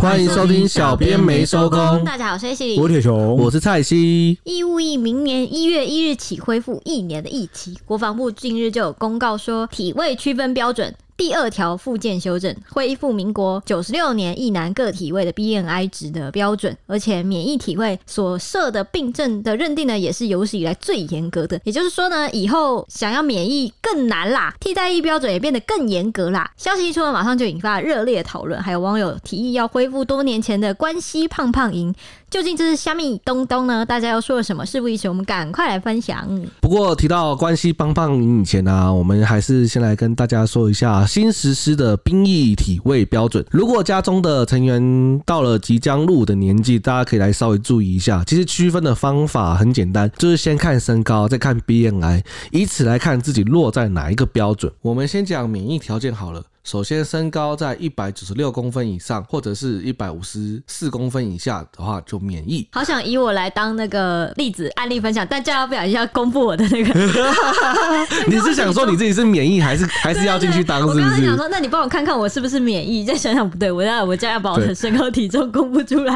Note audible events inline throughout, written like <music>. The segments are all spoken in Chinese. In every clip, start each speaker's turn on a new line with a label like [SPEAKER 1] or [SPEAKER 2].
[SPEAKER 1] 欢迎收听小编没收工
[SPEAKER 2] 大家好，我是 A
[SPEAKER 3] 我
[SPEAKER 2] 西
[SPEAKER 3] 铁熊，
[SPEAKER 1] 嗯我是蔡西，
[SPEAKER 2] 义务役明年一月一日起恢复一年的役期，国防部近日就有公告说，体位区分标准第二条附件修正，恢复民国九十六年役男各体位的 BNI 值的标准，而且免疫体位所涉的病症的认定呢，也是有史以来最严格的。也就是说呢，以后想要免疫更难啦，替代役标准也变得更严格啦。消息一出呢，马上就引发热烈讨论，还有网友提议要恢复多年前的关西胖胖营，究竟这是虾米东东呢？大家又说了什么？事不宜迟，我们赶快来分享。
[SPEAKER 1] 不过提到关系棒棒营以前呢、啊，我们还是先来跟大家说一下新实施的兵役体位标准。如果家中的成员到了即将入伍的年纪，大家可以来稍微注意一下。其实区分的方法很简单，就是先看身高，再看 BMI，以此来看自己落在哪一个标准。我们先讲免疫条件好了。首先，身高在一百九十六公分以上，或者是一百五十四公分以下的话，就免疫。
[SPEAKER 2] 好想以我来当那个例子案例分享，但这样不小心要公布我的
[SPEAKER 1] <laughs>
[SPEAKER 2] 那个， <laughs>
[SPEAKER 1] 你是想说你自己是免疫，还是还是要进去当，
[SPEAKER 2] 啊我
[SPEAKER 1] 是
[SPEAKER 2] 刚
[SPEAKER 1] 不
[SPEAKER 2] 刚想
[SPEAKER 1] 是？
[SPEAKER 2] 说，那你帮我看看我是不是免疫？再想想不对，我要我这样要把我的
[SPEAKER 1] 对
[SPEAKER 2] 身高体重公布出
[SPEAKER 1] <laughs>
[SPEAKER 2] 来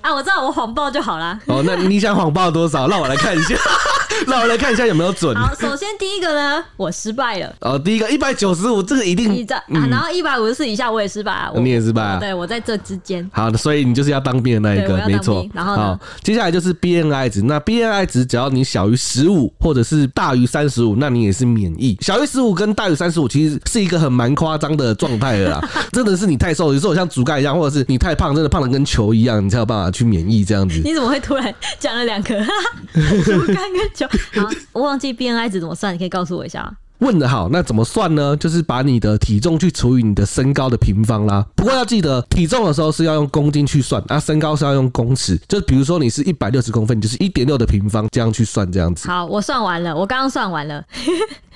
[SPEAKER 2] 啊！我知道我谎报就好啦。
[SPEAKER 1] 哦，那你想谎报多少？让我来看一下，让我来看一下有没有准。
[SPEAKER 2] 好，首先第一个呢，我失败了。
[SPEAKER 1] 哦，第一个一百九十五，这个一
[SPEAKER 2] 你
[SPEAKER 1] 定
[SPEAKER 2] 这、啊，然后一百五十四以下我也失败啊，我
[SPEAKER 1] 嗯你也失败啊
[SPEAKER 2] 对我在这之间。
[SPEAKER 1] 好，所以你就是要当兵的那一
[SPEAKER 2] 对我
[SPEAKER 1] 个
[SPEAKER 2] 要，当
[SPEAKER 1] 没错
[SPEAKER 2] 兵。然后呢
[SPEAKER 1] 好，接下来就是 BNI 值，那 BNI 值只要你小于十五或者是大于三十五，那你也是免疫。小于十五跟大于三十五其实是一个很蛮夸张的状态
[SPEAKER 2] <laughs>
[SPEAKER 1] 了啦，真的是你太瘦，有时候像竹竿一样，或者是你太胖，真的胖的跟球一样，你才有办法去免疫这样 <laughs> 子。
[SPEAKER 2] 你怎么会突然讲了两个？哈 <laughs> 哈竹竿跟球。好，我忘记 BNI 值怎么算，你可以告诉我一下吗？
[SPEAKER 1] 问的好，那怎么算呢？就是把你的体重去除以你的身高的平方啦。不过要记得，体重的时候是要用公斤去算，那、啊身高是要用公尺。就比如说你是一百六十公分，你就是一点六的平方这样去算，这样子。
[SPEAKER 2] 好，我算完了，我刚刚算完了，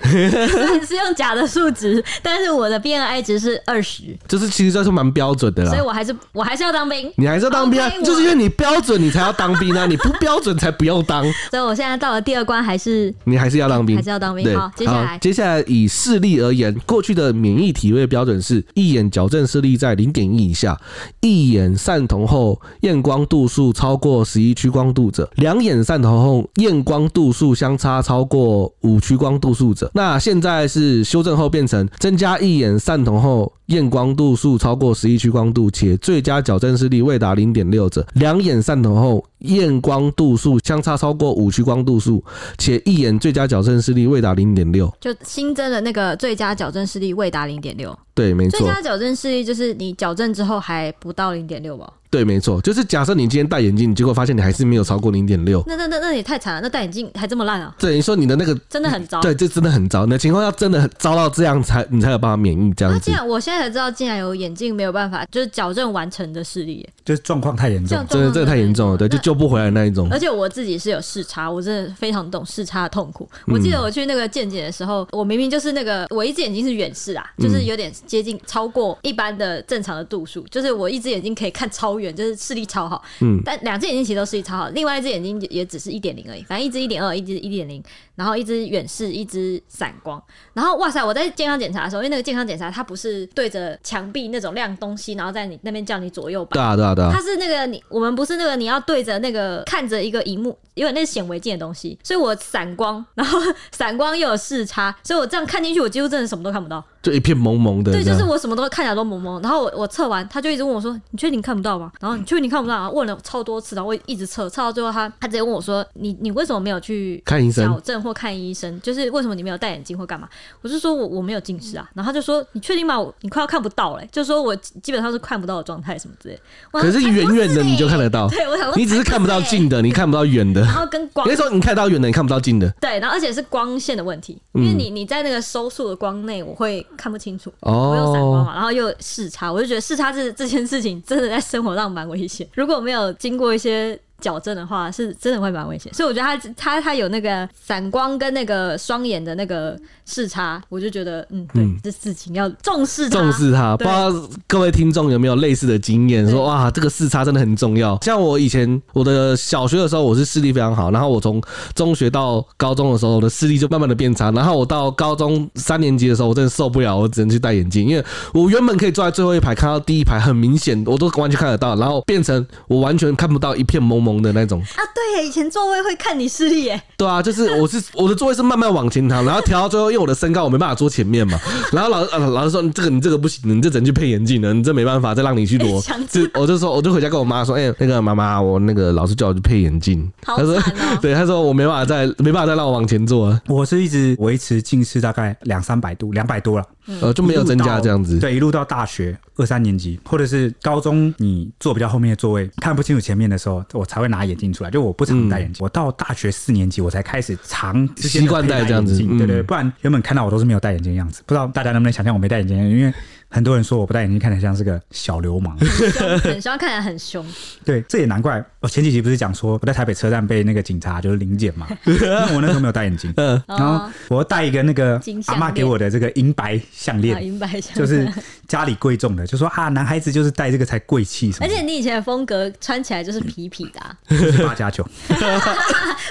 [SPEAKER 2] 虽然是用假的数值，但是我的 BNI 值是二十，
[SPEAKER 1] 就是其实这是蛮标准的
[SPEAKER 2] 所以
[SPEAKER 1] 啦。
[SPEAKER 2] 我还是我还是要当兵。
[SPEAKER 1] 啊你还是要当兵啊
[SPEAKER 2] OK，我
[SPEAKER 1] 就是因为你标准，你才要当兵啊！你不标准才不用当，
[SPEAKER 2] 所以我现在到了第二关，还是
[SPEAKER 1] 你还是要当兵，
[SPEAKER 2] 还是要当兵
[SPEAKER 1] 对
[SPEAKER 2] 好接下来
[SPEAKER 1] 接下来以视力而言，过去的免疫体位标准是一眼矫正视力在零点一以下，一眼散瞳后验光度数超过十一屈光度者，两眼散瞳后验光度数相差超过五屈光度数者。那现在是修正后变成增加一眼散瞳后验光度数超过十一屈光度，且最佳矫正视力未达零点六者，两眼散瞳后验光度数相差超过五屈光度数，且一眼最佳矫正视力未达零点六。
[SPEAKER 2] 就新增的那个最佳矫正视力未达零点六，
[SPEAKER 1] 对，没
[SPEAKER 2] 最
[SPEAKER 1] 错，
[SPEAKER 2] 佳矫正视力就是你矫正之后还不到零点六吧？
[SPEAKER 1] 对，没错，就是假设你今天戴眼镜，结果发现你还是没有超过零点六，
[SPEAKER 2] 那那那那也太惨了，那戴眼镜还这么烂啊，
[SPEAKER 1] 等于说你的那个
[SPEAKER 2] 真的很糟。啊
[SPEAKER 1] 对，这真的很糟。你的情况要真的很糟到这样才，你才有办法免疫这
[SPEAKER 2] 啊，
[SPEAKER 1] 样子
[SPEAKER 2] 竟。然我现在才知道，竟然有眼镜没有办法就是矫正完成的视力耶，
[SPEAKER 3] 就是状况太严
[SPEAKER 2] 这
[SPEAKER 3] 重
[SPEAKER 2] 样，
[SPEAKER 1] 真的，这个太严重了，对，就
[SPEAKER 2] 那
[SPEAKER 1] 救不回来那一种
[SPEAKER 2] 而。且我自己是有视差，我真的非常懂视差的痛苦。我记得我去那个健检的时候，我明明就是那个我一只眼睛是远视啊，就是有点接近超过一般的正常的度数，就是我一只眼睛可以看超远，就是视力超好。
[SPEAKER 1] 嗯
[SPEAKER 2] 但两只眼睛其实都视力超好，另外一只眼睛也也只是一点零而已，反正一只一点二，一只一点零，然后一只远视，一只散光。然后哇塞，我在健康检查的时候，因为那个健康检查它不是对着墙壁那种亮东西，然后在你那边叫你左右摆。
[SPEAKER 1] 对啊，对啊，对啊
[SPEAKER 2] 它，是那个你，我们不是那个你要对着那个看着一个荧幕，因为那是显微镜的东西，所以我散光，然后散光又有视差，所以我这样看进去，我几乎真的什么都看不到。
[SPEAKER 1] 就一片蒙蒙的。
[SPEAKER 2] <laughs> 对，
[SPEAKER 1] 这样。
[SPEAKER 2] 就是我什么都看起来都蒙蒙。然后我我测完，他就一直问我说：“你确定你看不到吗？”然后你确定你看不到啊？问了超多次，然后我一直测，测到最后他他直接问我说：“你你为什么没有去
[SPEAKER 1] 看医生
[SPEAKER 2] 矫正或看医生？就是为什么你没有戴眼镜或干嘛？”我就说我我没有近视啊。然后他就说：“你确定吗？我你快要看不到嘞、就说我基本上是看不到的状态什么之类的。我
[SPEAKER 1] 可
[SPEAKER 2] 想说”哎
[SPEAKER 1] 是远远的你就看得到，
[SPEAKER 2] 欸对，我想说
[SPEAKER 1] 你只是看不到
[SPEAKER 2] 哎
[SPEAKER 1] 近的，你看不到远的。
[SPEAKER 2] 然后跟光
[SPEAKER 1] 有些时候你看到远的，你看不到近的。
[SPEAKER 2] 对，然后而且是光线的问题，因为
[SPEAKER 1] 嗯
[SPEAKER 2] 你你在那个收束的光内，我会看不清楚。我有散光啊
[SPEAKER 1] 哦，
[SPEAKER 2] 嘛，然后又有视差，我就觉得视差这这件事情真的在生活上蛮危险。如果没有经过一些矫正的话，是真的会蛮危险。所以我觉得他他他有那个散光跟那个双眼的那个视差，我就觉得嗯，对，
[SPEAKER 1] 嗯
[SPEAKER 2] 这事情要重视它
[SPEAKER 1] 重视它。不知
[SPEAKER 2] 对
[SPEAKER 1] 道各位听众有没有类似的经验，说
[SPEAKER 2] 对
[SPEAKER 1] 哇，这个视差真的很重要。像我以前我的小学的时候，我是视力非常好，然后我从中学到高中的时候，我的视力就慢慢的变差。然后我到高中三年级的时候，我真的受不了，我只能去戴眼镜，因为我原本可以坐在最后一排看到第一排，很明显我都完全看得到，然后变成我完全看不到一片蒙蒙的那种。
[SPEAKER 2] 啊。对耶，以前座位会看你视力耶，
[SPEAKER 1] 对啊，就是我是我的座位是慢慢往前躺，然后调到最后，因为我的身高我没办法坐前面嘛，然后老呃老师说你这个你这个不行，你这只能去配眼镜了，你这没办法，再让你去
[SPEAKER 2] 哎
[SPEAKER 1] 挪
[SPEAKER 2] 强。
[SPEAKER 1] 就我就说我就回家跟我妈说，哎、那个妈妈，我那个老师叫我去配眼镜，
[SPEAKER 2] 好
[SPEAKER 1] 她说
[SPEAKER 2] 惨哦
[SPEAKER 1] 对，她说我没办法再没办法再让我往前坐了，
[SPEAKER 3] 我是一直维持近视大概两三百度，两百多了，
[SPEAKER 2] 嗯
[SPEAKER 1] 呃就没有增加这样子。
[SPEAKER 3] 对，一路到大学二三年级，或者是高中，你坐比较后面的座位，看不清楚前面的时候，我才会拿眼镜出来。就我不常戴眼镜，我到大学四年级我才开始常之
[SPEAKER 1] 嗯
[SPEAKER 3] 间
[SPEAKER 1] 习惯戴
[SPEAKER 3] 佩
[SPEAKER 1] 这样子
[SPEAKER 3] 眼镜对对对，
[SPEAKER 1] 嗯
[SPEAKER 3] 不然原本看到我都是没有戴眼镜的样子。不知道大家能不能想象我没戴眼镜，因为很多人说我不戴眼镜看起来像是个小
[SPEAKER 1] <laughs>
[SPEAKER 3] 流氓。
[SPEAKER 2] 凶很凶，看起来很凶。
[SPEAKER 3] 对，这也难怪。我前几集不是讲说我在台北车站被那个警察就是临检
[SPEAKER 1] <laughs>
[SPEAKER 3] 嘛，因为我那时候没有戴眼镜，
[SPEAKER 1] 嗯，
[SPEAKER 3] 然后
[SPEAKER 2] 哦，
[SPEAKER 3] 我要戴一个那个
[SPEAKER 2] 金项
[SPEAKER 3] 阿妈
[SPEAKER 2] 链
[SPEAKER 3] 给我的这个银白项链
[SPEAKER 2] 啊，，明白一下。
[SPEAKER 3] 就是家里贵重的，就说啊，男孩子就是戴这个才贵气什么
[SPEAKER 2] 而
[SPEAKER 3] 的，
[SPEAKER 2] 且你以前的风格穿起来就是痞痞的、啊，
[SPEAKER 3] 就是八加九，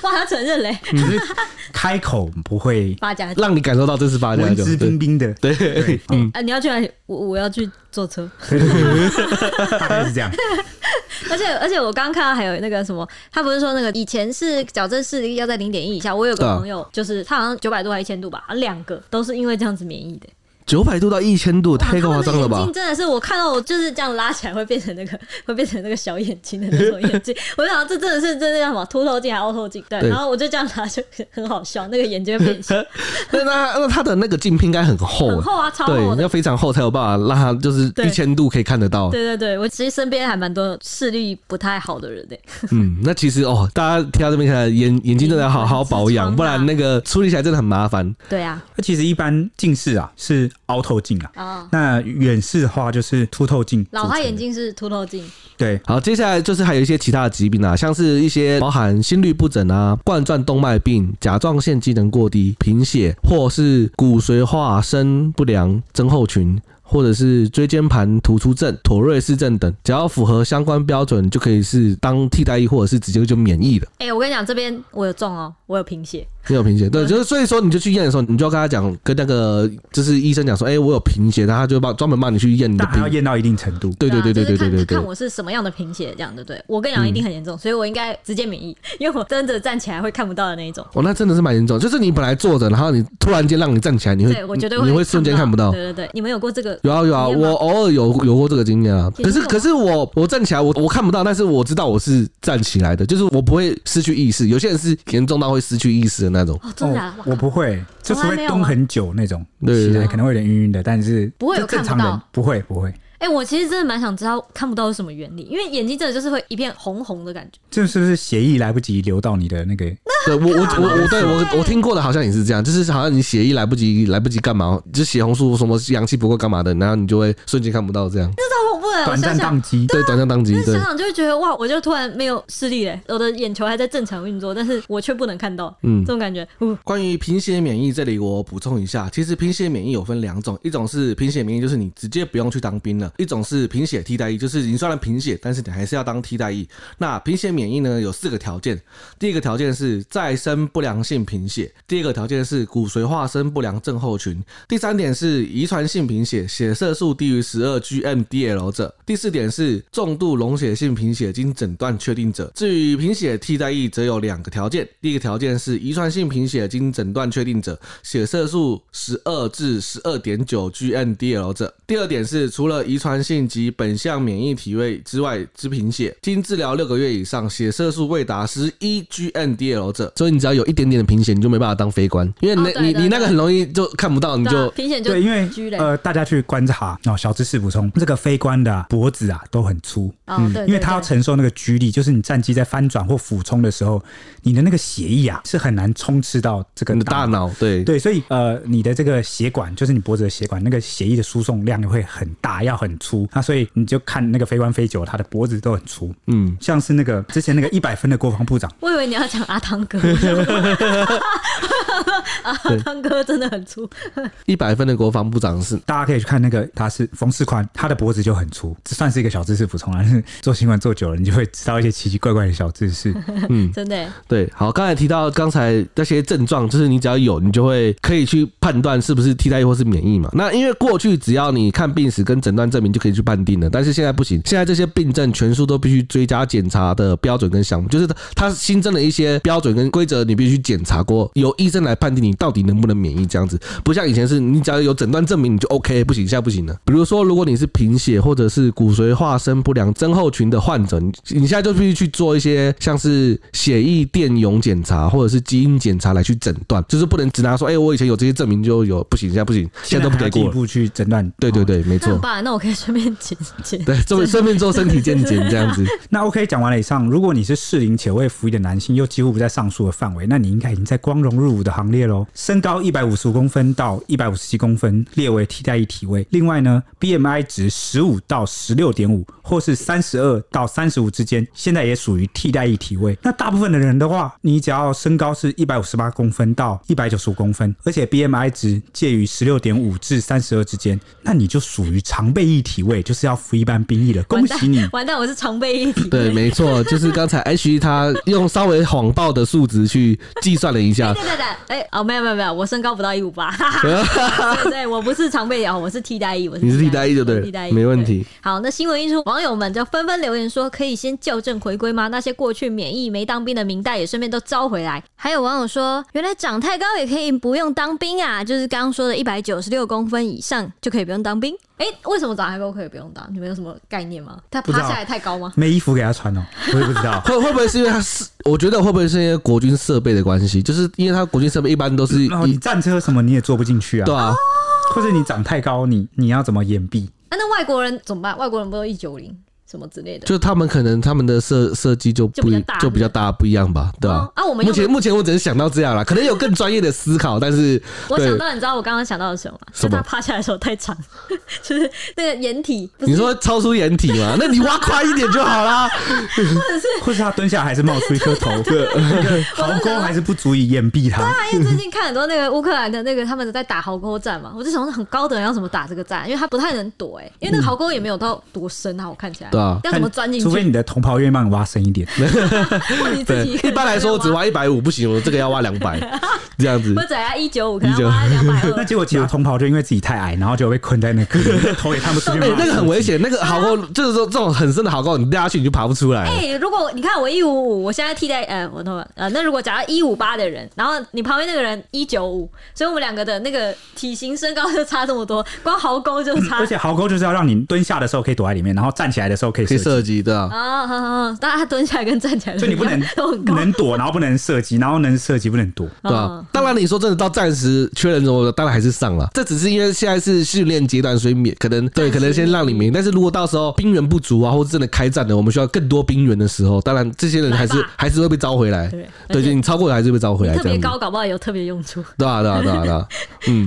[SPEAKER 2] 哇，他承认嘞，
[SPEAKER 3] 你是开口不会
[SPEAKER 2] 八
[SPEAKER 1] <laughs>
[SPEAKER 2] 加九。
[SPEAKER 1] 让你感受到这是八加
[SPEAKER 3] 文
[SPEAKER 1] 九，
[SPEAKER 3] 质
[SPEAKER 1] 对
[SPEAKER 3] 彬彬
[SPEAKER 2] <laughs>
[SPEAKER 3] 的，对，
[SPEAKER 1] 对，
[SPEAKER 2] 啊，你要去哪里？我我要去坐车。
[SPEAKER 3] 大概是这样。
[SPEAKER 2] 而且而且我刚刚看到还有那个什么，他不是说那个以前是矫正视力要在零点一以下，我有
[SPEAKER 1] 对啊
[SPEAKER 2] 个朋友就是他好像九百度还一千度吧，啊两个都是因为这样子免疫的，啊
[SPEAKER 1] 九百度到一千度，太夸张了
[SPEAKER 2] 哇他们的眼
[SPEAKER 1] 吧
[SPEAKER 2] 镜？真的是我看到我就是这样拉起来会变成那个 <laughs> 会变成那个小眼睛 <laughs> 的那种眼镜，我就想这真的是真的叫什么凸透镜还是凹透镜？对，
[SPEAKER 1] 对
[SPEAKER 2] 然后我就这样拿就很好笑，那个眼睛会
[SPEAKER 1] <laughs>
[SPEAKER 2] 变小，
[SPEAKER 1] 那那那它的那个镜片应该很厚
[SPEAKER 2] 很
[SPEAKER 1] 欸，
[SPEAKER 2] 厚啊，超厚
[SPEAKER 1] 对，
[SPEAKER 2] 的
[SPEAKER 1] 要。非常厚才有办法让它就是
[SPEAKER 2] 对
[SPEAKER 1] 一千度可以看得到。
[SPEAKER 2] 对对对，我其实身边还蛮多视力不太好的人的、欸
[SPEAKER 1] 嗯，那其实哦，大家听到这边看来，眼眼睛真的要好好保
[SPEAKER 2] 眼睛痔疮
[SPEAKER 1] 养，
[SPEAKER 2] 啊
[SPEAKER 1] 不然那个处理起来真的很麻烦。
[SPEAKER 2] 对啊，
[SPEAKER 3] 那其实一般近视啊是凹透镜啊，
[SPEAKER 2] 啊、
[SPEAKER 3] 那远视的话就是凸透镜，
[SPEAKER 2] 老花眼，镜是凸透镜，
[SPEAKER 3] 对，
[SPEAKER 1] 好，接下来就是还有一些其他的疾病啊，像是一些包含心律不整啊、冠状动脉病、甲状腺机能过低、贫血，或是骨髓化生不良症候群。或者是椎间盘突出症、妥瑞氏症等，只要符合相关标准，就可以是当替代役，或者是直接就免疫了。
[SPEAKER 2] 哎、我跟你讲，这边我有中哦，我有贫血，
[SPEAKER 1] 没有贫血，对，就是所以说你就去验的时候，你就要跟他讲，跟那个就是医生讲说，哎、我有贫血，然后他就帮专门帮你去验你的
[SPEAKER 3] 但还
[SPEAKER 1] 贫
[SPEAKER 3] 要验到一定程度。
[SPEAKER 1] 嗯对对对对对
[SPEAKER 2] 啊就是
[SPEAKER 1] 对对
[SPEAKER 2] 看
[SPEAKER 1] 对嗯
[SPEAKER 2] 看，我是什么样的贫血，这样对不对？我跟你讲，一定很严重，所以我应该直接免疫，因为我真的站起来会看不到的那一种。
[SPEAKER 1] 哦，那真的是蛮严重，就是你本来坐着，然后你突然间让你站起来，你会
[SPEAKER 2] 对，我绝对
[SPEAKER 1] 你会瞬间看不到。
[SPEAKER 2] 对对对，你们有过这个？
[SPEAKER 1] 有啊有啊，
[SPEAKER 2] 经验
[SPEAKER 1] 我
[SPEAKER 2] 吗
[SPEAKER 1] 偶尔有有过这个经验啊。
[SPEAKER 2] 也
[SPEAKER 1] 可是
[SPEAKER 2] 有啊
[SPEAKER 1] 可是我我站起来，我我看不到，但是我知道我是站起来的，就是我不会失去意识。有些人是严重到会失去意识的那种，
[SPEAKER 2] 哦，真的、啊，哇
[SPEAKER 3] 我不会，就
[SPEAKER 2] 从
[SPEAKER 3] 是
[SPEAKER 2] 来没
[SPEAKER 3] 会
[SPEAKER 2] 有
[SPEAKER 3] 蹲
[SPEAKER 2] 啊
[SPEAKER 3] 很久那种，
[SPEAKER 1] 对对
[SPEAKER 3] 起
[SPEAKER 1] 对
[SPEAKER 3] 来可能会有点晕晕的，但是
[SPEAKER 2] 不会有
[SPEAKER 3] 就正
[SPEAKER 2] 看不
[SPEAKER 3] 常人
[SPEAKER 2] 到
[SPEAKER 3] 不会不会，
[SPEAKER 2] 哎、我其实真的蛮想知道看不到是什么原理，因为眼睛真的就是会一片红红的感觉。 <laughs>
[SPEAKER 3] 这是不是血液来不及流到你的那个
[SPEAKER 1] <laughs> 对我我我我对 <laughs> 我我听过的好像也是这样，就是好像你血液来不及来不及干嘛，就血红素什么阳气不够干嘛的，然后你就会瞬间看不到 <laughs> 这样，
[SPEAKER 2] 这好恐怖的， <laughs> 我
[SPEAKER 3] 短暂
[SPEAKER 2] 想
[SPEAKER 3] 宕
[SPEAKER 2] 想。
[SPEAKER 3] 机？
[SPEAKER 1] 对，啊短暂宕机，
[SPEAKER 2] 但
[SPEAKER 1] 对
[SPEAKER 2] 想，想就会觉得哇，我就突然没有视力嘞，我的眼球还在正常运作，但是我却不能看到，
[SPEAKER 1] 嗯
[SPEAKER 2] 这。种感觉，呜，
[SPEAKER 1] 关于贫血免疫，这里我补充一下，其实贫血免疫有分两种，一种是贫血免疫，就是你直接不用去当兵了；一种是贫血替代役，就是你虽然贫血，但是你还是要当替代役。那贫血免疫呢，有四个条件，第一个条件是再生不良性贫血，第二个条件是骨髓化生不良症候群，第三点是遗传性贫血，血色素低于十二 gmDL 者，第四点是重度溶血性贫血经诊断确定者。至于贫血替代役，则有两个条件，第一个条件是遗传性贫血经诊断确定者，血色素十二至十二点九 gmDL 者；第二点是除了遗传性及本项免疫体位之外之贫血，经治疗六个月以上，血色素未达十一 gmDL 者。所以你只要有一点点的贫血，你就没办法当飞官，因为你那、
[SPEAKER 2] 哦对对
[SPEAKER 1] 你你那个很容易就看不到，你
[SPEAKER 2] 对啊
[SPEAKER 1] 就
[SPEAKER 2] 贫血就
[SPEAKER 3] 对，因为
[SPEAKER 2] 居嘞，
[SPEAKER 3] 呃，大家去观察哦。小知识补充，这个非官的啊、脖子啊都很粗，
[SPEAKER 2] 哦，对对
[SPEAKER 3] 因为它要
[SPEAKER 2] 对
[SPEAKER 3] 承受那个居力，就是你战机在翻转或俯冲的时候，你的那个血液啊是很难充斥到这个
[SPEAKER 1] 你的大脑对
[SPEAKER 3] 对，所以呃，你的这个血管就是你脖子的血管，那个血液的输送量会很大，要很粗。那所以你就看那个飞官飞久，他的脖子都很粗，
[SPEAKER 1] 嗯，
[SPEAKER 3] 像是那个之前那个一百分的国防部长，
[SPEAKER 2] 我以为你要讲阿汤
[SPEAKER 1] <laughs>
[SPEAKER 2] 哥，我想说阿汤哥真的很粗，
[SPEAKER 1] 一百分的国防部长是
[SPEAKER 3] 大家可以去看那个，他是冯世宽，他的脖子就很粗，这算是一个小知识补充啊。做新闻做久了，你就会知道一些奇奇怪怪的小知识。
[SPEAKER 1] 嗯
[SPEAKER 2] 真的耶。
[SPEAKER 1] 对，好，刚才提到刚才那些症状，就是你只要有，你就会可以去判断是不是替代役或是免疫嘛。那因为过去只要你看病史跟诊断证明就可以去判定了，但是现在不行，现在这些病症全数都必须追加检查的标准跟项目，就是它它新增了一些标准跟规则，你必须检查过，由医生来判定你到底能不能免疫这样子，不像以前是你只要有诊断证明你就 OK，不行，现在不行了。比如说，如果你是贫血或者是骨髓化生不良症候群的患者，你你现在就必须去做一些像是血液电泳检查或者是基因检查来去诊断，就是不能只拿说，哎、我以前有这些证明就有，不行，现在不行，现在都不
[SPEAKER 3] 还
[SPEAKER 1] 给
[SPEAKER 3] 要进一
[SPEAKER 1] 过了。
[SPEAKER 3] 步去诊断。
[SPEAKER 1] 对对
[SPEAKER 3] 哦。
[SPEAKER 1] 对，没
[SPEAKER 2] 那
[SPEAKER 1] 错
[SPEAKER 2] 很，棒，那我可以顺便
[SPEAKER 1] <laughs>
[SPEAKER 2] 剪剪。
[SPEAKER 1] 对，做顺便做身体健检这
[SPEAKER 2] <laughs>
[SPEAKER 1] 样子。
[SPEAKER 3] 那 OK，讲完了以上，如果你是适龄且未服役的男性，又几乎不在上述的范围，那你应该已经在光荣入伍的行列喽。身高一百五十五公分到一百五十七公分列为替代役体位。另外呢，BMI 值十五到十六点五，或是三十二到三十五之间，现在也属于替代役体位。那大部分的人的话，你只要身高是一百五十八公分到一百九十五公分，而且 BMI 值介于十六点五至三十二之间，那你就属于常备役体位，就是要服一般兵役了。恭喜你！
[SPEAKER 2] 完蛋，我是常备一体。
[SPEAKER 1] 对，啊没错，就是刚才 H E 他用稍微谎报的数值去计算了一下
[SPEAKER 2] 对，对对，哎，哦，没有没有没有，我身高不到一五
[SPEAKER 1] <laughs>
[SPEAKER 2] 八， <laughs> 哈哈 <laughs> 对对，我不是常备哦，我是替代役，我是
[SPEAKER 1] 你是替代役就
[SPEAKER 2] 我
[SPEAKER 1] 对
[SPEAKER 2] 是
[SPEAKER 1] 了
[SPEAKER 2] <laughs> 替代役
[SPEAKER 1] 没问。
[SPEAKER 2] 对
[SPEAKER 1] 题。。
[SPEAKER 2] 好，那新闻一出，网友们就纷纷留言说，可以先校正回归吗？那些过去免疫没当兵的明代也顺便都招回来。还有网友说，原来长太高也可以不用当兵啊，就是刚刚说的一百九十六公分以上就可以不用当兵。哎、为什么长太高可以不用当？你们有什么概念吗？他
[SPEAKER 3] 不知
[SPEAKER 2] 趴
[SPEAKER 3] 道
[SPEAKER 2] 下来太高吗？
[SPEAKER 3] 没衣服给他穿哦，我也不知道
[SPEAKER 1] 会会不会是因为它是？我觉得会不会是因为国军设备的关系？就是因为它国军设备一般都是
[SPEAKER 3] 然后你
[SPEAKER 1] 一
[SPEAKER 3] 战车什么你也坐不进去啊，
[SPEAKER 1] 对
[SPEAKER 2] 哦
[SPEAKER 1] 啊，
[SPEAKER 3] 或者你长太高，你你要怎么掩蔽？
[SPEAKER 2] 啊，那外国人怎么办？外国人不都一九零什么之类的？
[SPEAKER 1] 就他们可能他们的设设计就不
[SPEAKER 2] 就比较
[SPEAKER 1] 一
[SPEAKER 2] 大
[SPEAKER 1] 就比较大不一样吧，对吧
[SPEAKER 2] 哦？啊我们
[SPEAKER 1] 目
[SPEAKER 2] 用的
[SPEAKER 1] 前目前我只是想到这样啦，可能有更专业的思考，但是
[SPEAKER 2] 我
[SPEAKER 1] 对
[SPEAKER 2] 想到，你知道我刚刚想到的什么吗？
[SPEAKER 1] 什
[SPEAKER 2] 就
[SPEAKER 1] 么
[SPEAKER 2] 他趴下来的时候太长， <laughs> 就是那个掩体，不
[SPEAKER 1] 你
[SPEAKER 2] 是
[SPEAKER 1] 说超出掩体
[SPEAKER 2] <laughs>
[SPEAKER 1] 嘛？那你挖宽一点就好啦。
[SPEAKER 3] 或是他蹲下还是冒出一颗头，壕沟还是不足以掩蔽他。
[SPEAKER 2] 因为最近看很多那个乌克兰的那个他们在打壕沟战嘛，我就想说很高的人要怎么打这个战，因为他不太能躲哎、因为那个壕沟也没有到多深啊，我看起来，
[SPEAKER 1] 对啊
[SPEAKER 2] 要怎么钻进
[SPEAKER 3] 除非
[SPEAKER 2] 去？
[SPEAKER 3] 你的同袍愿意帮你挖深一点，
[SPEAKER 2] 你自
[SPEAKER 1] 对
[SPEAKER 3] <laughs>
[SPEAKER 2] 己，啊
[SPEAKER 1] 一般来说我只挖一百五不行，我这个要挖两
[SPEAKER 2] <laughs>
[SPEAKER 1] 百，这样子
[SPEAKER 2] 我。只要一九五，可能要挖两
[SPEAKER 3] <laughs>
[SPEAKER 2] 百
[SPEAKER 3] 那
[SPEAKER 2] 二。
[SPEAKER 3] 结果其他同袍就因为自己太矮，然后就被困在那个头也看不出去。
[SPEAKER 1] 哎，那个很危险，那个壕沟就是说这种很深的壕沟，你掉下去你就爬不出来了。
[SPEAKER 2] 啊哎、如果你看我一五五，我现在替代呃，我那呃，那如果假如一五八的人，然后你旁边那个人一九五，所以我们两个的那个体型身高就差这么多，光壕沟就差
[SPEAKER 3] <laughs> 而且壕沟就是要让你蹲下的时候可以躲在里面，然后站起来的时候可以
[SPEAKER 1] 可以
[SPEAKER 3] 射击。
[SPEAKER 1] 射击，对啊。
[SPEAKER 2] 啊，好好好，大家蹲下来跟站起来的
[SPEAKER 3] 所以你不能
[SPEAKER 2] 一样都 <laughs> 很高，
[SPEAKER 3] 能躲，然后不能射击，然后能射击不能躲。
[SPEAKER 1] 对
[SPEAKER 2] 嗯
[SPEAKER 1] 啊，当然你说真的，到暂时缺人什么的，当然还是上了。这只是因为现在是训练阶段，所以免可能对，可能先让你免。但是如果到时候兵源不足啊，或者真的开战了，我们需要更多兵源的时候，当然这些人还
[SPEAKER 2] 来
[SPEAKER 1] 是
[SPEAKER 2] 吧
[SPEAKER 1] 还是会被招回来。
[SPEAKER 2] 对而
[SPEAKER 1] 对，
[SPEAKER 2] 且
[SPEAKER 1] 就你超过了还是被招
[SPEAKER 3] 啊
[SPEAKER 1] 回来，
[SPEAKER 2] 特
[SPEAKER 1] 这
[SPEAKER 2] 别
[SPEAKER 1] 样子。
[SPEAKER 2] 高，搞不好有特别用处。
[SPEAKER 1] 对啊，对啊，对啊，对啊。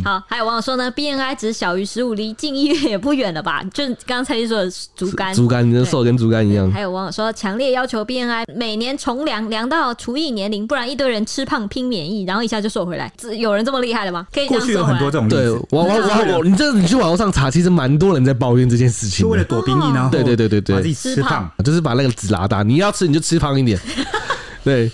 [SPEAKER 2] 好，还有网友说呢，BNI 值小于十五，离进医院也不远了吧？就是刚才说的竹竿。
[SPEAKER 1] 竹竿，你的
[SPEAKER 2] 对
[SPEAKER 1] 手跟竹竿一样。
[SPEAKER 2] 还有网友说，强烈要求 BNI 每年重量，量到除以年龄，不然一堆人吃胖拼免疫，然后一下就瘦回来。这有人这么厉害的吗？可以这
[SPEAKER 3] 过
[SPEAKER 2] 样啊
[SPEAKER 3] 去有
[SPEAKER 2] 瘦
[SPEAKER 3] 很多
[SPEAKER 2] 回
[SPEAKER 3] 这种
[SPEAKER 2] 来？
[SPEAKER 3] 例
[SPEAKER 1] 对，
[SPEAKER 3] 子
[SPEAKER 1] 我，我我我，你这你去网络上查，其实蛮多人在抱怨这件事情
[SPEAKER 3] 就为了
[SPEAKER 1] 的，
[SPEAKER 3] 躲兵役，然后
[SPEAKER 1] 对对对对对
[SPEAKER 3] 把自己吃胖。
[SPEAKER 1] 就是把那个纸拉大，你要吃你就吃胖一点。对，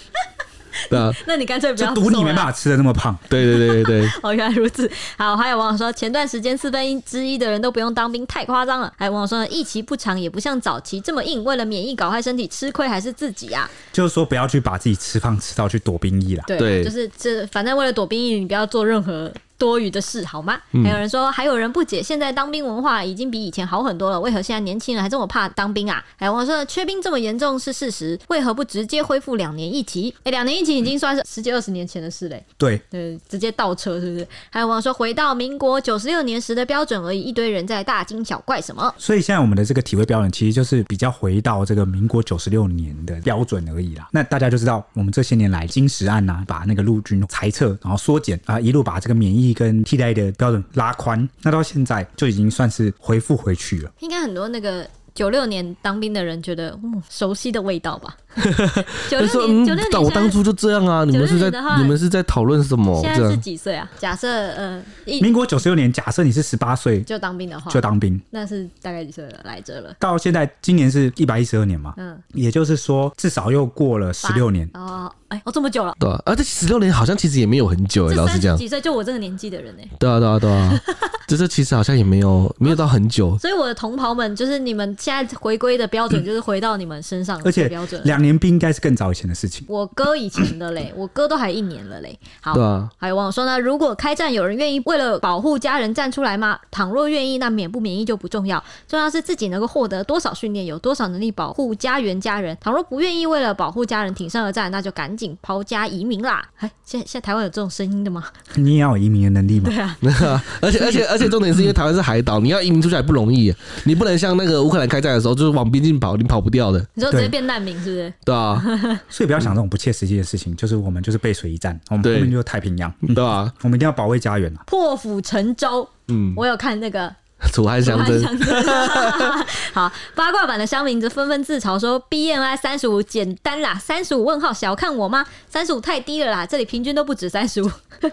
[SPEAKER 1] 对啊，
[SPEAKER 2] 那你干脆不
[SPEAKER 3] 就
[SPEAKER 2] 要
[SPEAKER 3] 赌你
[SPEAKER 2] 瘦
[SPEAKER 3] 没
[SPEAKER 2] 了
[SPEAKER 3] 办法吃的那么胖。
[SPEAKER 1] 对对对对对。
[SPEAKER 2] 哦，原来如此。好，还有网友说，前段时间四分之一的人都不用当兵，太夸张了。还有网友说，疫期不长，也不像早期这么硬，为了免疫搞坏身体，吃亏还是自己啊。
[SPEAKER 3] 就是说不要去把自己吃胖吃到去躲兵役啦。
[SPEAKER 2] 对，
[SPEAKER 1] 对
[SPEAKER 2] 就是这，反正为了躲兵役，你不要做任何多余的事，好吗？
[SPEAKER 1] 嗯
[SPEAKER 2] 还有人说，还有人不解，现在当兵文化已经比以前好很多了，为何现在年轻人还这么怕当兵啊？还有网友说，缺兵这么严重是事实，为何不直接恢复两年一级？哎、两年一级已经算是十几二十年前的事嘞、
[SPEAKER 3] 对，
[SPEAKER 2] 对，直接倒车是不是？还有网友说，回到民国九十六年时的标准而已，一堆人在大惊小怪什么？
[SPEAKER 3] 所以现在我们的这个体位标准，其实就是比较回到这个民国九十六年的标准而已啦。那大家就知道，我们这些年来金石案呐、把那个陆军裁撤，然后缩减啊，一路把这个免疫跟替代的标准拉宽，那到现在就已经算是回复回去了。
[SPEAKER 2] 应该很多那个九六年当兵的人觉得，嗯，熟悉的味
[SPEAKER 1] <laughs>
[SPEAKER 2] 道吧。九
[SPEAKER 1] 就说
[SPEAKER 2] 六年，
[SPEAKER 1] 嗯
[SPEAKER 2] 九六，
[SPEAKER 1] 但我
[SPEAKER 2] 年
[SPEAKER 1] 当
[SPEAKER 2] 现在
[SPEAKER 1] 初就这样啊，你们是在
[SPEAKER 2] 96年的话
[SPEAKER 1] 你们是在讨论什么？
[SPEAKER 2] 现
[SPEAKER 1] 哦这
[SPEAKER 2] 在是
[SPEAKER 1] 样
[SPEAKER 2] 几岁啊？假设呃，一
[SPEAKER 3] 民国九十六年，假设你是十八岁
[SPEAKER 2] 就当兵的话，
[SPEAKER 3] 就当兵，
[SPEAKER 2] 那是大概几岁了来着了？
[SPEAKER 3] 到现在今年是一百一十二年嘛，
[SPEAKER 2] 嗯，
[SPEAKER 3] 也就是说至少又过了十六年。
[SPEAKER 2] 哦，哎、哦，这么久了。
[SPEAKER 1] 对啊，而且十六年好像其实也没有很久哎、
[SPEAKER 2] 这
[SPEAKER 1] 老
[SPEAKER 2] 三
[SPEAKER 1] 实
[SPEAKER 2] 十
[SPEAKER 1] 讲，
[SPEAKER 2] 几岁就我这个年纪的人哎、
[SPEAKER 1] 对啊对啊对
[SPEAKER 2] <laughs>
[SPEAKER 1] 啊，就是其实好像也没有没有到很久，
[SPEAKER 2] 所以我的同袍们，就是你们现在回归的
[SPEAKER 1] 嗯
[SPEAKER 2] 标准，就是回到你们身上
[SPEAKER 3] 而
[SPEAKER 2] 的
[SPEAKER 3] 且
[SPEAKER 2] 哦标准了。
[SPEAKER 3] 两年兵应该是更早以前的事情。
[SPEAKER 2] 我哥以前的嘞，我哥都还一年了嘞。好，
[SPEAKER 1] 对啊， <laughs>
[SPEAKER 2] 还有网友说呢，如果开战，有人愿意为了保护家人站出来吗？倘若愿意，那免不免疫就不重要，重要是自己能够获得多少训练，有多少能力保护家园家人。倘若不愿意为了保护家人挺身而战，那就赶紧抛家移民啦！哎，现现在台湾有这种声音的吗？ <laughs>
[SPEAKER 3] 你也要有移民的能力嘛？
[SPEAKER 2] 啊
[SPEAKER 1] 而且而且而且重点是因为台湾是海岛，你要移民出去还不容易，你不能像那个乌克兰开战的时候，就是往边境跑，你跑不掉的，
[SPEAKER 2] 你说直接
[SPEAKER 3] 对
[SPEAKER 2] 变难民是不是？
[SPEAKER 1] 对啊，
[SPEAKER 3] 所以不要想这种不切实际的事情，就是我们就是背水一战，哦我们
[SPEAKER 1] 对
[SPEAKER 3] 后面就是太平洋，
[SPEAKER 1] 对啊，
[SPEAKER 3] 我们一定要保卫家园啊！
[SPEAKER 2] 破釜沉舟。
[SPEAKER 1] 嗯，
[SPEAKER 2] <laughs> 我有看那个
[SPEAKER 1] 楚汉相争，
[SPEAKER 2] 好，八卦版的乡民则纷纷自嘲说：“BMI 三十五简单啦，三十五问号小看我吗？三十五太低了啦，这里平均都不止三十五。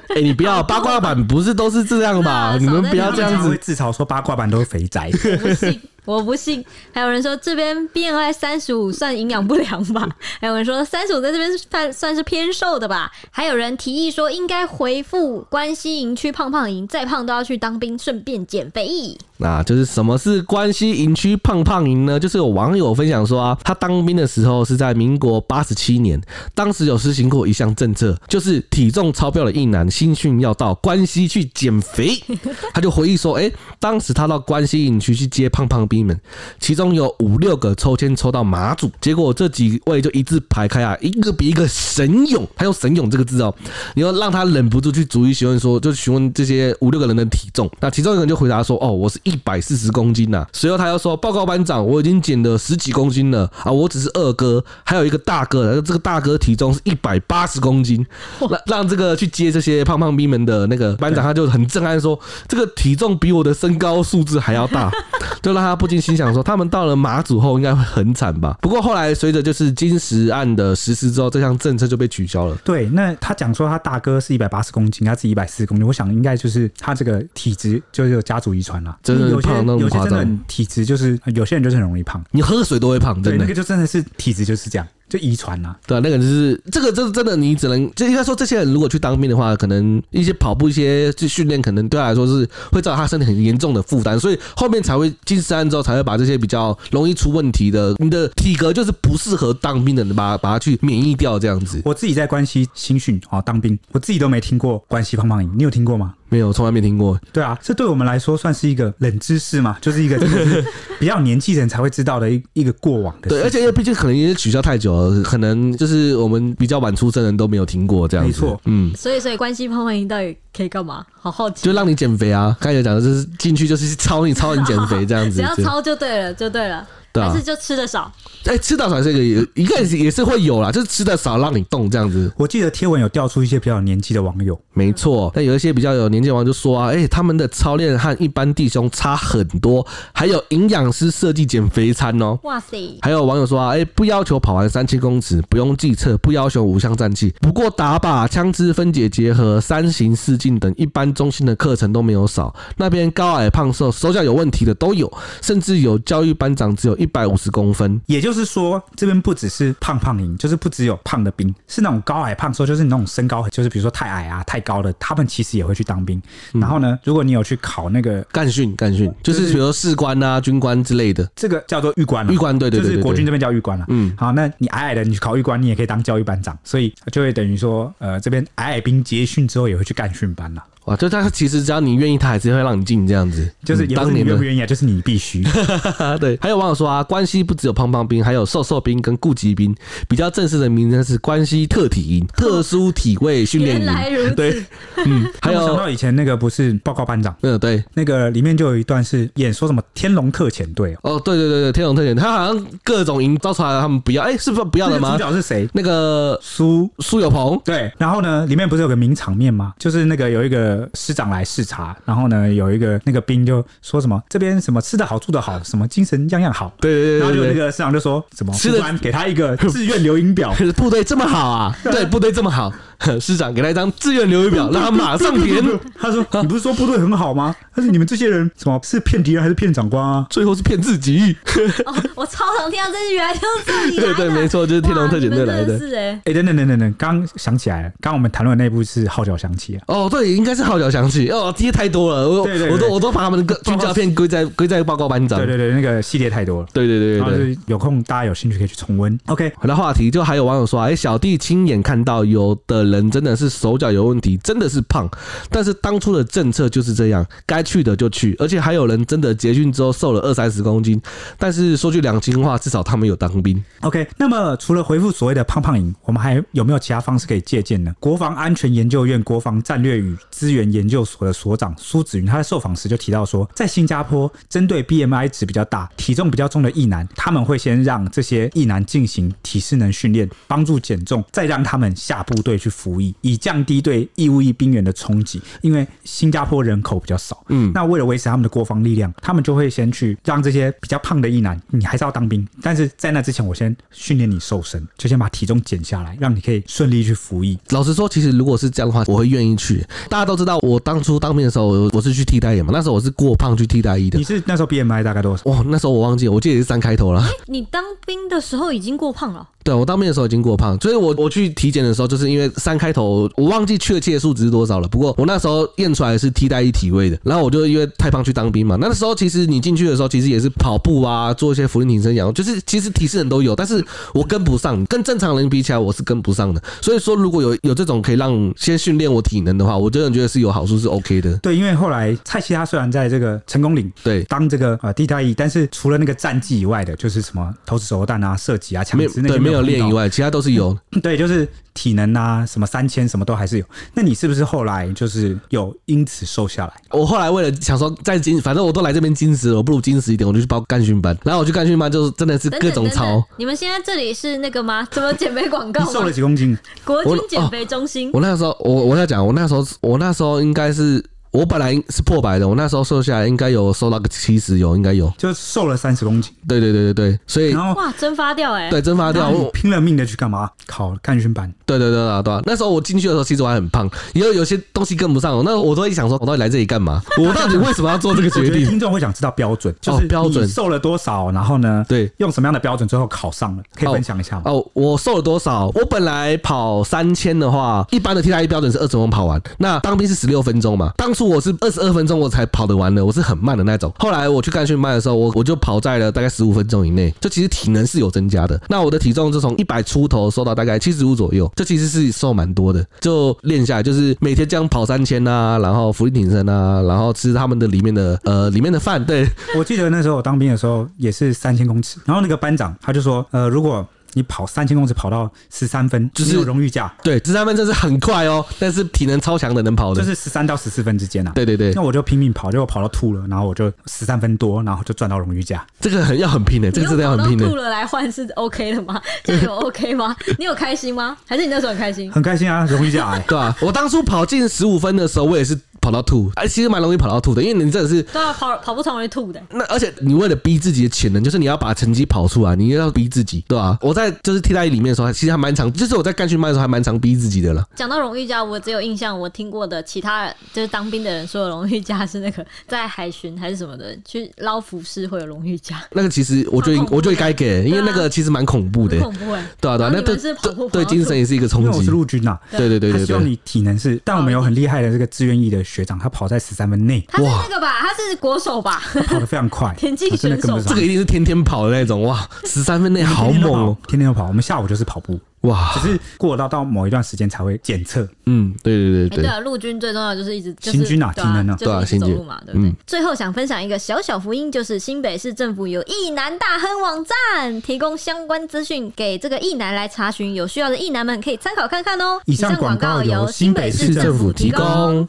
[SPEAKER 1] 哎、你不要八卦版不是都是这样
[SPEAKER 2] <laughs>
[SPEAKER 1] 吧？
[SPEAKER 2] 对啊
[SPEAKER 1] 你们不要这样
[SPEAKER 3] 他会
[SPEAKER 1] 子，
[SPEAKER 3] 自嘲说八卦版都是
[SPEAKER 1] <laughs>
[SPEAKER 3] 肥宅，
[SPEAKER 2] 我不信，我不信。还有人说这边 BMI 三十五算营养不良吧？
[SPEAKER 1] <laughs>
[SPEAKER 2] 还有人说三十五在这边算算是偏瘦的吧？还有人提议说应该回复关西营区胖胖营，再胖都要去当兵，顺便减肥。
[SPEAKER 1] 那就是什么是关西营区胖胖营呢？就是有网友分享说啊，他当兵的时候是在民国八十七年，当时有实行过一项政策，就是体重超标的一男新训要到关西去减肥。 <laughs> 他就回忆说，哎、当时他到关西营区去接胖胖兵们，其中有五六个抽签抽到马祖，结果这几位就一字排开啊，一个比一个神勇。他用“神勇”这个字哦，你要让他忍不住去逐一询问说，就询问这些五六个人的体重。那其中一个人就回答说：“哦，我是一百四十公斤呐、随后他又说：“报告班长，我已经减了十几公斤了啊，我只是二哥，还有一个大哥，这个大哥体重是一百八十公斤。”让让这个去接这些胖胖逼们的那个班长，他就很震撼说：“这个体重比我的身高数字还要大。”就让他不禁心想说，他们到了马祖后应该会很惨吧？不过后来随着就是金石案的实施之后，这项政策就被取消了。
[SPEAKER 3] 对，那他讲说他大哥是一百八十公斤，他自己一百四十公斤，我想应该就是他这个体质就是有家族遗传啦。
[SPEAKER 1] 真的
[SPEAKER 3] 有些
[SPEAKER 1] 胖到那么
[SPEAKER 3] 有些
[SPEAKER 1] 夸
[SPEAKER 3] 真
[SPEAKER 1] 张
[SPEAKER 3] 的很体质就是有些人就是很容易胖，
[SPEAKER 1] 你喝水都会胖，
[SPEAKER 3] 对，
[SPEAKER 1] 真
[SPEAKER 3] 那
[SPEAKER 1] 的
[SPEAKER 3] 个就真的是体质就是这样，就遗传啦。
[SPEAKER 1] 对啊，那个就是这个，这真的你只能就应该说，这些人如果去当兵的话，可能一些跑步、一些去训练，可能对他来说是会造成他身体很严重的负担，所以后面才会进山之后才会把这些比较容易出问题的，你的体格就是不适合当兵的，你把它把它去免疫掉这样子。
[SPEAKER 3] 我自己在关西新训啊、哦、当兵，我自己都没听过关西胖胖营，你有听过吗？
[SPEAKER 1] 没有，从来没听过。
[SPEAKER 3] 对啊，这对我们来说算是一个冷知识嘛， <laughs> 就是一个真的是比较年纪人才会知道的一一个过往的
[SPEAKER 1] 对，而
[SPEAKER 3] 事情。
[SPEAKER 1] 且因为毕竟可能也取消太久了，可能就是我们比较晚出生的人都没有听过这样子。
[SPEAKER 3] 没错
[SPEAKER 1] 嗯，
[SPEAKER 2] 所以，所以关系胖胖营到底可以干嘛？好好奇
[SPEAKER 1] 就。让你减肥啊。刚才有讲的就是进去就是操你操你减肥这
[SPEAKER 2] <laughs>
[SPEAKER 1] 样子，
[SPEAKER 2] 只要
[SPEAKER 1] 对
[SPEAKER 2] 超就对了，就对了，
[SPEAKER 1] 对啊
[SPEAKER 2] 哦还是就吃的少。
[SPEAKER 1] 哎、吃到少这个也应该也是会有啦，就是吃的少让你动这样子，
[SPEAKER 3] 我记得贴文有调出一些比较有年纪的网友，
[SPEAKER 1] 没错。但有一些比较有年纪的网友就说啊，哎、他们的操练和一般弟兄差很多，还有营养师设计减肥餐哦。
[SPEAKER 2] 哇塞，
[SPEAKER 1] 还有网友说啊，哎、不要求跑完三千公尺，不用计测，不要求五项战绩，不过打靶、枪支分解结合、三型四进等一般中心的课程都没有少。那边高矮胖瘦、手脚有问题的都有，甚至有教育班长只有一百五十公分。
[SPEAKER 3] 也就是说这边不只是胖胖营，就是不只有胖的兵，是那种高矮胖瘦，就是你那种身高很，就是比如说太矮啊、太高的，他们其实也会去当兵。
[SPEAKER 1] 嗯
[SPEAKER 3] 然后呢，如果你有去考那个
[SPEAKER 1] 干训，干训就是比如说士官啊、军官之类的。
[SPEAKER 3] 这个叫做狱官了、
[SPEAKER 1] 玉官对对对
[SPEAKER 3] 就
[SPEAKER 1] 对
[SPEAKER 3] 是国
[SPEAKER 1] 对
[SPEAKER 3] 军这边叫狱官了、
[SPEAKER 1] 嗯
[SPEAKER 3] 嗯，好，那你矮矮的，你去考狱官，你也可以当教育班长，所以就会等于说，呃，这边矮矮兵结训之后也会去干训班了、
[SPEAKER 1] 啊，就他其实只要你愿意，他还是会让你进这样子。
[SPEAKER 3] 就是
[SPEAKER 1] 嗯
[SPEAKER 3] 也不
[SPEAKER 1] 当
[SPEAKER 3] 是你
[SPEAKER 1] 年
[SPEAKER 3] 愿
[SPEAKER 1] 的
[SPEAKER 3] 不愿意啊，就是你
[SPEAKER 1] <laughs>
[SPEAKER 3] 必须。
[SPEAKER 1] 啊，对，还有网友说啊，关西不只有胖胖兵，还有瘦瘦兵跟顾吉兵，比较正式的名称是关西特体营、特殊体位训练
[SPEAKER 2] 原来
[SPEAKER 1] 营。
[SPEAKER 2] 如此，
[SPEAKER 1] 对，
[SPEAKER 3] <laughs>
[SPEAKER 1] 嗯，还
[SPEAKER 3] 我想到
[SPEAKER 1] 有，
[SPEAKER 3] 以前那个不是报告班长，
[SPEAKER 1] 嗯，对，
[SPEAKER 3] 那个里面就有一段是演说什么天龙特遣队哦，
[SPEAKER 1] 哦，对对对对，天龙特点，他好像各种营招出来了，他们不要，哎、是不是不要了
[SPEAKER 3] 那个
[SPEAKER 1] 吗
[SPEAKER 3] 主？角是谁？
[SPEAKER 1] 那个
[SPEAKER 3] 苏。
[SPEAKER 1] 苏有朋，
[SPEAKER 3] 对，然后呢，里面不是有个名场面吗？就是那个有一个师长来视察，然后呢，有一个那个兵就说什么这边什么吃的好住的好，什么精神样样好，
[SPEAKER 1] 对对
[SPEAKER 3] 然后
[SPEAKER 1] 对
[SPEAKER 3] 就那
[SPEAKER 1] 对对
[SPEAKER 3] 个市长就说什么，
[SPEAKER 1] 吃
[SPEAKER 3] 突
[SPEAKER 1] 得
[SPEAKER 3] 然给他一个志愿留营
[SPEAKER 1] <laughs>
[SPEAKER 3] 表，
[SPEAKER 1] 对，部队这么好啊，对，部队这么好， <laughs> 师长给他一张志愿留语表，让他马上填，
[SPEAKER 3] 他说：“你不是说部队很好吗？但是你们这些人什么是骗敌人还是骗长官啊？
[SPEAKER 1] 最后是骗自己。
[SPEAKER 2] 哦，我超常听到这句，原来就是这里
[SPEAKER 1] <laughs> 对
[SPEAKER 2] 来的。
[SPEAKER 1] 对，没错，就是天龙特遣队来
[SPEAKER 2] 哇你们真
[SPEAKER 1] 的。
[SPEAKER 2] 是哎，
[SPEAKER 3] 哎、等等等等等，刚想起来了，刚我们谈论的那部是《号角响起》啊。
[SPEAKER 1] 哦，对，应该是号角响起。哦，这些太多了，我
[SPEAKER 3] 对对对
[SPEAKER 1] 我都我都把他们的歌
[SPEAKER 3] 报
[SPEAKER 1] 军
[SPEAKER 3] 告
[SPEAKER 1] 教片归在归在报告班长。
[SPEAKER 3] 对对对，那个系列太多了。
[SPEAKER 1] 对啊对对
[SPEAKER 3] 然
[SPEAKER 1] 对对。
[SPEAKER 3] 后就是有空大家有兴趣可以去重温。OK，
[SPEAKER 1] 回到话题，就还有网友说啊，哎、小弟亲眼看到有的人真的是手脚有问题，真的是胖，但是当初的政策就是这样，该去的就去，而且还有人真的结训之后瘦了二三十公斤，但是说句良心话，至少他们有当兵。
[SPEAKER 3] OK，那么除了回复所谓的胖胖营，我们还有没有其他方式可以借鉴呢？国防安全研究院国防战略与资源研究所的所长苏子云，他在受访时就提到说，在新加坡，针对 BMI 值比较大、体重比较重的役男，他们会先让这些役男进行体适能训练，帮助减重，再让他们下部队去服役，以降低对义务役兵员的冲击。因为新加坡人口比较少，
[SPEAKER 1] 嗯
[SPEAKER 3] 那为了维持他们的国防力量，他们就会先去让这些比较胖的役男，你还是要当兵，但是在那之前，我先训练你瘦身，就先把体重减下来，让你可以顺利去服役。
[SPEAKER 1] 老实说，其实如果是这样的话，我会愿意去。大家都知道，我当初当兵的时候，我我是去替代役嘛，那时候我是过胖去替代役的
[SPEAKER 3] 你。是那时候 BMI 大概多少？
[SPEAKER 1] 哇，那时候我忘记了，我记得也是三开头了。
[SPEAKER 2] 你当兵的时候已经过胖了，
[SPEAKER 1] 对我当兵的时候已经过胖，所以我我去体检的时候，就是因为三开头，我忘记确切数值是多少了。不过我那时候验出来是替代役体位的，然后我就因为太胖去当兵嘛。那时候其实你进去的时候，其实也是跑步啊，做一些俯卧撑、仰卧，就是其实体适能都有，但是我跟不上，跟正常人比起来，我是跟不上的。所以说，如果有有这种可以让先训练我体能的话，我真的觉得是有好处，是 OK 的。
[SPEAKER 3] 对，因为后来蔡希他虽然在这个成功岭
[SPEAKER 1] 对，
[SPEAKER 3] 当这个呃地带役，但是除了那个战绩以外的，就是什么投掷手榴弹啊、射击啊、枪
[SPEAKER 1] 没有
[SPEAKER 3] 支那
[SPEAKER 1] 对
[SPEAKER 3] 些
[SPEAKER 1] 没有
[SPEAKER 3] 碰
[SPEAKER 1] 练
[SPEAKER 3] 到
[SPEAKER 1] 以，外，其他都是有。
[SPEAKER 3] <laughs> 对，就是体能啊、什么三千什么都还是有。那你是不是后来就是有因此瘦下来？
[SPEAKER 1] 我后来为了想说再矜，反正我都来这边矜持了，我不如矜持一点，我就去报干训班。然后我去干训班，就是真的是
[SPEAKER 2] 等
[SPEAKER 1] 各
[SPEAKER 2] 等
[SPEAKER 1] 种
[SPEAKER 2] 等
[SPEAKER 1] 操
[SPEAKER 2] 等。，你们现在这里是那个吗？ <laughs> 怎么减肥广告
[SPEAKER 3] 你
[SPEAKER 2] 吗？
[SPEAKER 3] 瘦了几公斤？
[SPEAKER 2] <laughs> 国
[SPEAKER 1] 我哦
[SPEAKER 2] 军减肥中心，
[SPEAKER 1] 我那时候，我我在讲，我那时候，我那时候应该是，我本来是破百的，我那时候瘦下来应该有瘦到个七十，有应该有。
[SPEAKER 3] 就瘦了三十公斤，
[SPEAKER 1] 对对对对对，所以
[SPEAKER 3] 然后
[SPEAKER 2] 哇，蒸发掉哎、
[SPEAKER 1] 对蒸发掉。
[SPEAKER 3] 然后
[SPEAKER 1] 我
[SPEAKER 3] 你拼了命的去干嘛？考干训班。
[SPEAKER 1] 对对对啊对对，那时候我进去的时候，其实我还很胖，也有有些东西跟不上。那我都会想说，我到底来这里干嘛？我到底为什么要做这个
[SPEAKER 3] 我
[SPEAKER 1] 决
[SPEAKER 3] 觉得
[SPEAKER 1] 定？哦
[SPEAKER 3] 听众会想知道标准，就是
[SPEAKER 1] 标准
[SPEAKER 3] 你瘦了多少，然后呢，
[SPEAKER 1] 对，
[SPEAKER 3] 用什么样的标准最后考上了，可以
[SPEAKER 1] 哦
[SPEAKER 3] 分享一下吗？
[SPEAKER 1] 哦，我瘦了多少？我本来跑三千的话，一般的替代役标准是二十分钟跑完，那当兵是十六分钟嘛。当初我是二十二分钟我才跑得完的，我是很慢的那种。后来我去干训班的时候，我我就跑在了大概十五分钟以内，就其实体能是有增加的。那我的体重就从一百出头瘦到大概七十五左右，这其实是瘦蛮多的。就练下来，就是每天这样跑三千啊，然后俯卧挺身啊，然后吃他们的里面的呃里面的饭，对，
[SPEAKER 3] 我记得那时候我当兵的时候也是三千公尺，然后那个班长他就说，呃，如果你跑三千公尺跑到十三分，
[SPEAKER 1] 就是
[SPEAKER 3] 你有荣誉价，
[SPEAKER 1] 对，十三分真是很快哦，但是体能超强的能跑的，
[SPEAKER 3] 就是十三到十四分之间啊。
[SPEAKER 1] 对对对。
[SPEAKER 3] 那我就拼命跑，结果跑到吐了，然后我就十三分多，然后就赚到荣誉价。
[SPEAKER 1] 这个很要很拼的、欸这
[SPEAKER 2] 你
[SPEAKER 1] 个真
[SPEAKER 2] 用
[SPEAKER 1] 的要
[SPEAKER 2] 跑到
[SPEAKER 1] 很拼的、
[SPEAKER 2] 吐了来换是 OK 的吗？ <laughs> 这样有
[SPEAKER 1] <laughs>
[SPEAKER 2] OK 吗？你有开心吗？还是你那时候很开心？ <laughs>
[SPEAKER 3] 很开心啊，荣誉价哎、
[SPEAKER 1] 对啊，我当初跑进十五分的时候，我也是跑到吐，哎，其实蛮容易跑到吐的，因为你真的是。
[SPEAKER 2] 对啊，跑跑步超容易吐的、
[SPEAKER 1] 那而且你为了逼自己的潜能，就是你要把成绩跑出来，你要逼自己，对吧、我在就是替代役里面的时候，其实还蛮常，就是我在干训班的时候还蛮常逼自己的了。
[SPEAKER 2] 讲到荣誉价，我只有印象，我听过的其他人就是当兵的人说的 <laughs> 荣誉价是那个在海巡还是什么的去捞浮尸会有荣誉价，
[SPEAKER 1] 那个其实我觉
[SPEAKER 2] 蛮
[SPEAKER 1] 得
[SPEAKER 2] 恐怖的啊
[SPEAKER 1] 我觉得该给，因为那个其实蛮恐怖的、
[SPEAKER 2] 很恐怖哎、
[SPEAKER 1] 对啊对啊，
[SPEAKER 2] 然后
[SPEAKER 1] 那
[SPEAKER 2] 你们
[SPEAKER 1] 对
[SPEAKER 2] 是跑步
[SPEAKER 1] 对
[SPEAKER 2] 跑到
[SPEAKER 1] 对精神也是一个
[SPEAKER 3] 因
[SPEAKER 1] 冲
[SPEAKER 3] 为我
[SPEAKER 1] 击
[SPEAKER 3] 是。陆军呐、啊，
[SPEAKER 1] 对对对
[SPEAKER 3] 他
[SPEAKER 1] 对
[SPEAKER 3] 希望
[SPEAKER 1] 对，
[SPEAKER 3] 你体能是，但我们有很厉害的这个志愿役的学长，他跑在十三分内，
[SPEAKER 2] 他是那个吧？他是国手吧？
[SPEAKER 3] 跑得非常快，
[SPEAKER 2] 田径
[SPEAKER 3] 我真的跟不
[SPEAKER 2] 选手
[SPEAKER 1] 这
[SPEAKER 3] 上
[SPEAKER 1] 个。一定是天天跑的那种哇，十三分内好
[SPEAKER 3] 天天
[SPEAKER 1] 猛
[SPEAKER 3] 都跑
[SPEAKER 1] 哦、
[SPEAKER 3] 天天都跑。我们下午就是跑步，
[SPEAKER 1] 哇
[SPEAKER 3] 只，是过到到某一段时间才会检测。
[SPEAKER 1] 嗯，对对对
[SPEAKER 2] 哎，对
[SPEAKER 1] 对，
[SPEAKER 2] 啊，陆军最重要就是一直就是
[SPEAKER 3] 行军啊
[SPEAKER 2] 对
[SPEAKER 3] 体能啊
[SPEAKER 2] 就是一直
[SPEAKER 1] 对啊
[SPEAKER 2] 走
[SPEAKER 1] 行军
[SPEAKER 2] 路嘛，对不对
[SPEAKER 1] 嗯？
[SPEAKER 2] 最后想分享一个小小福音，就是新北市政府有意男大亨网站，提供相关资讯给这个意男来查询，有需要的意男们可以参考看看哦。
[SPEAKER 3] 以上广告由
[SPEAKER 2] 由
[SPEAKER 3] 新北市
[SPEAKER 1] 市政府提供。